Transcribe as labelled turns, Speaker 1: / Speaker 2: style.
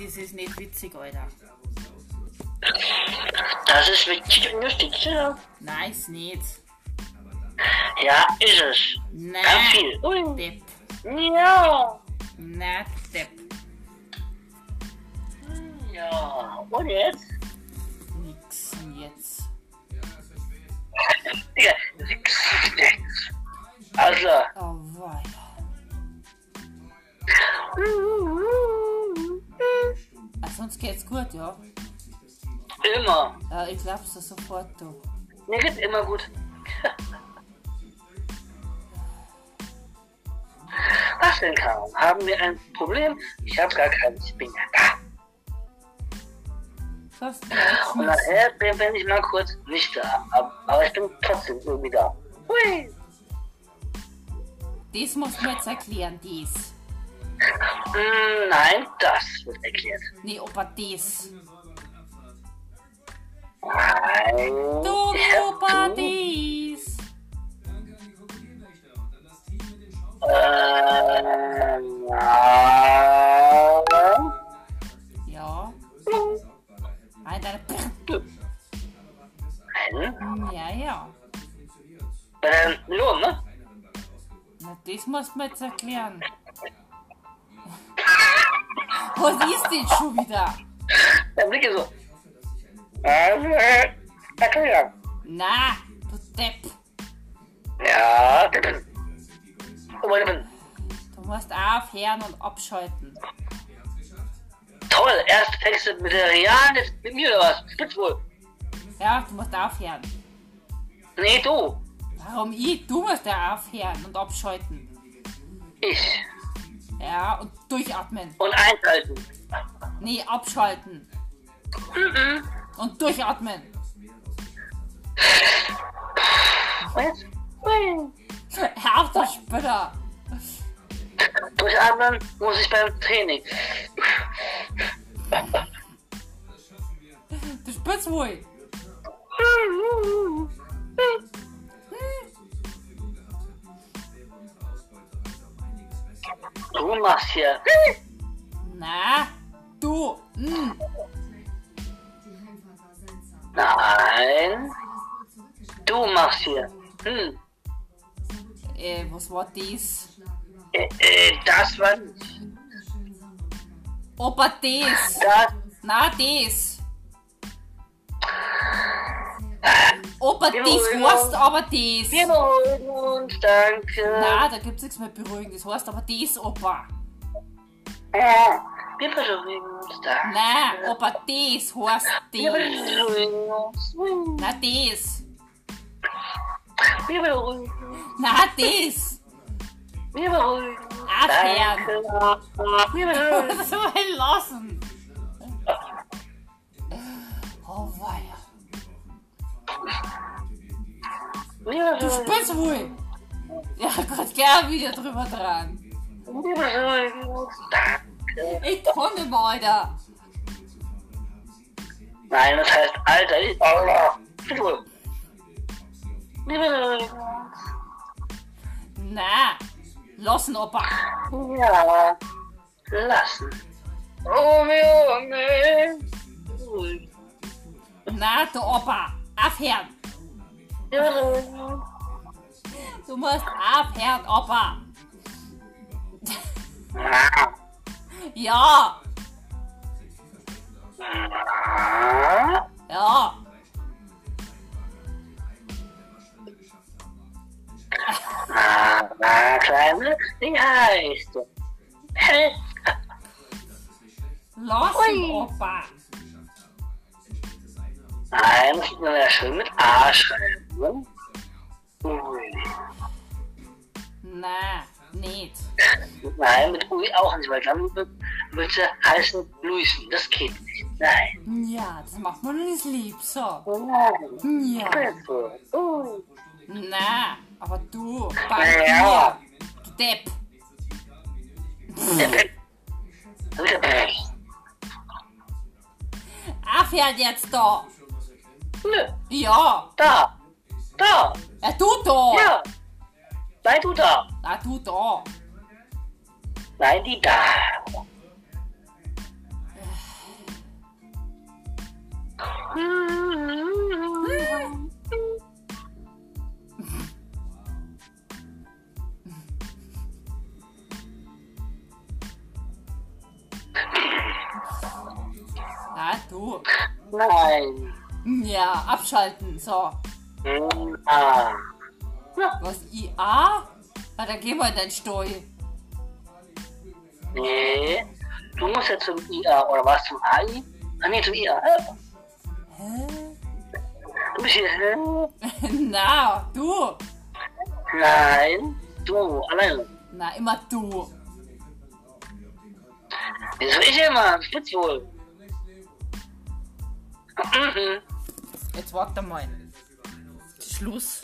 Speaker 1: das ist nicht witzig, Alter.
Speaker 2: Das ist witzig und lustig, ja.
Speaker 1: Nein, ist nicht.
Speaker 2: Ja, ist es. Ganz
Speaker 1: Nein,
Speaker 2: viel. Ui.
Speaker 1: Depp.
Speaker 2: Ja.
Speaker 1: Nein, Depp.
Speaker 2: Ja. Und jetzt?
Speaker 1: Nix jetzt.
Speaker 2: Ja. Also.
Speaker 1: Oh, weia. Ah, sonst geht's gut, ja?
Speaker 2: Immer.
Speaker 1: Ja, ich glaub's dir sofort, du.
Speaker 2: Mir geht's immer gut. Was denn, Kaum? Haben wir ein Problem? Ich hab gar keins. Ich bin ja da.
Speaker 1: Sonst gleich
Speaker 2: Und
Speaker 1: nicht.
Speaker 2: nachher bin, bin ich mal kurz nicht da. Aber, aber ich bin trotzdem irgendwie da. Hui.
Speaker 1: Das musst du mir jetzt erklären, das.
Speaker 2: Mm, Nein, das wird erklärt.
Speaker 1: Nee, Opa, das.
Speaker 2: Nein.
Speaker 1: Du,
Speaker 2: Ja,
Speaker 1: Opa,
Speaker 2: du.
Speaker 1: das.
Speaker 2: Ähm, nein.
Speaker 1: Ja. Ah, Nein, deine...
Speaker 2: Nein.
Speaker 1: Ja, ja.
Speaker 2: Ähm, nur, ne?
Speaker 1: Na, das musst du mir jetzt erklären. Was ist das schon wieder?
Speaker 2: Der Blick ist so. Also, äh, erklären.
Speaker 1: Na, du Depp.
Speaker 2: Ja, Oh, tippen. Immer tippen.
Speaker 1: Du musst aufhören und abschalten.
Speaker 2: Toll, erst fängst du mit der Realen, jetzt mit mir oder was? Spitz wohl.
Speaker 1: Ja, du musst aufhören.
Speaker 2: Nee, du.
Speaker 1: Warum ich? Du musst ja aufhören und abschalten.
Speaker 2: Ich.
Speaker 1: Ja, und durchatmen.
Speaker 2: Und einschalten.
Speaker 1: Nee, abschalten.
Speaker 2: Mhm.
Speaker 1: Und durchatmen.
Speaker 2: Und jetzt? Hui.
Speaker 1: Hör auf, du Spinner.
Speaker 2: Durchatmen muss ich beim Training.
Speaker 1: Du spürst wohl.
Speaker 2: Du machst hier.
Speaker 1: Na, du. Hm.
Speaker 2: Nein. Du machst hier. Hm.
Speaker 1: Äh, was war das?
Speaker 2: Äh, äh, das war nicht.
Speaker 1: Opa, das.
Speaker 2: Das.
Speaker 1: Na, das. Opa, das
Speaker 2: Beruhigung.
Speaker 1: heißt aber
Speaker 2: Wir
Speaker 1: das.
Speaker 2: beruhigen uns, danke.
Speaker 1: Na, da gibt's nichts mehr beruhigen. Das heißt aber das, Opa.
Speaker 2: Wir beruhigen uns, danke.
Speaker 1: Na, Opa, das heißt
Speaker 2: Wir
Speaker 1: das.
Speaker 2: beruhigen uns. Hm.
Speaker 1: Na, das.
Speaker 2: Wir beruhigen uns.
Speaker 1: Na, das.
Speaker 2: Wir beruhigen uns.
Speaker 1: Ah, fern.
Speaker 2: Danke. Wir beruhigen uns.
Speaker 1: Das soll ich lassen. Oh, weia.
Speaker 2: Wir
Speaker 1: Du
Speaker 2: beruhigen
Speaker 1: spürst wohl. Ja, Gott, gerne wieder drüber dran.
Speaker 2: uns. Wir beruhigen uns, danke.
Speaker 1: Ich kann nicht mehr, Alter.
Speaker 2: Nein, das heißt, Alter, ich. Allah. Bitte wohl. Wir beruhigen uns.
Speaker 1: Na, lassen, Opa.
Speaker 2: Ja, lassen. Romeo und Mary.
Speaker 1: Na, du Opa. Ah, Aufhören. Du musst aufhören, ah, Opa. Ja, ja.
Speaker 2: Na, Kleine, wie heißt du? Hä?
Speaker 1: Lassen, Opa.
Speaker 2: Nein, das muss man ja schön mit A schreiben. ne? Ui.
Speaker 1: Na, Ne, nicht.
Speaker 2: Nein, mit Ui auch nicht, weil dann wird- wird sie heißen Luisen. Das geht nicht. Nein.
Speaker 1: Ja, das macht man uns lieb, so.
Speaker 2: Nein.
Speaker 1: Ja.
Speaker 2: Bitte. Ui.
Speaker 1: Na, Ne, aber du, bei
Speaker 2: Ja.
Speaker 1: mir, du Depp.
Speaker 2: Der Pech. Der Pech.
Speaker 1: Aufhören jetzt da.
Speaker 2: Nö.
Speaker 1: Ja,
Speaker 2: Da. Da.
Speaker 1: ja, du da.
Speaker 2: Ja. Sei du da.
Speaker 1: Na, du da.
Speaker 2: Nein, die da.
Speaker 1: Na du.
Speaker 2: Nein.
Speaker 1: Ja, abschalten. So.
Speaker 2: Ah.
Speaker 1: Was? IA? Na, dann gehen wir in den Stoi.
Speaker 2: Nee. Du musst ja zum IA oder was zum AI? Ah, nee, zum IA.
Speaker 1: Hä?
Speaker 2: Du bist hier.
Speaker 1: Na, du.
Speaker 2: Nein. Du, alleine.
Speaker 1: Na, immer du.
Speaker 2: Wieso ich immer? Spitz wohl. Mhm.
Speaker 1: Jetzt warte mal. Schluss.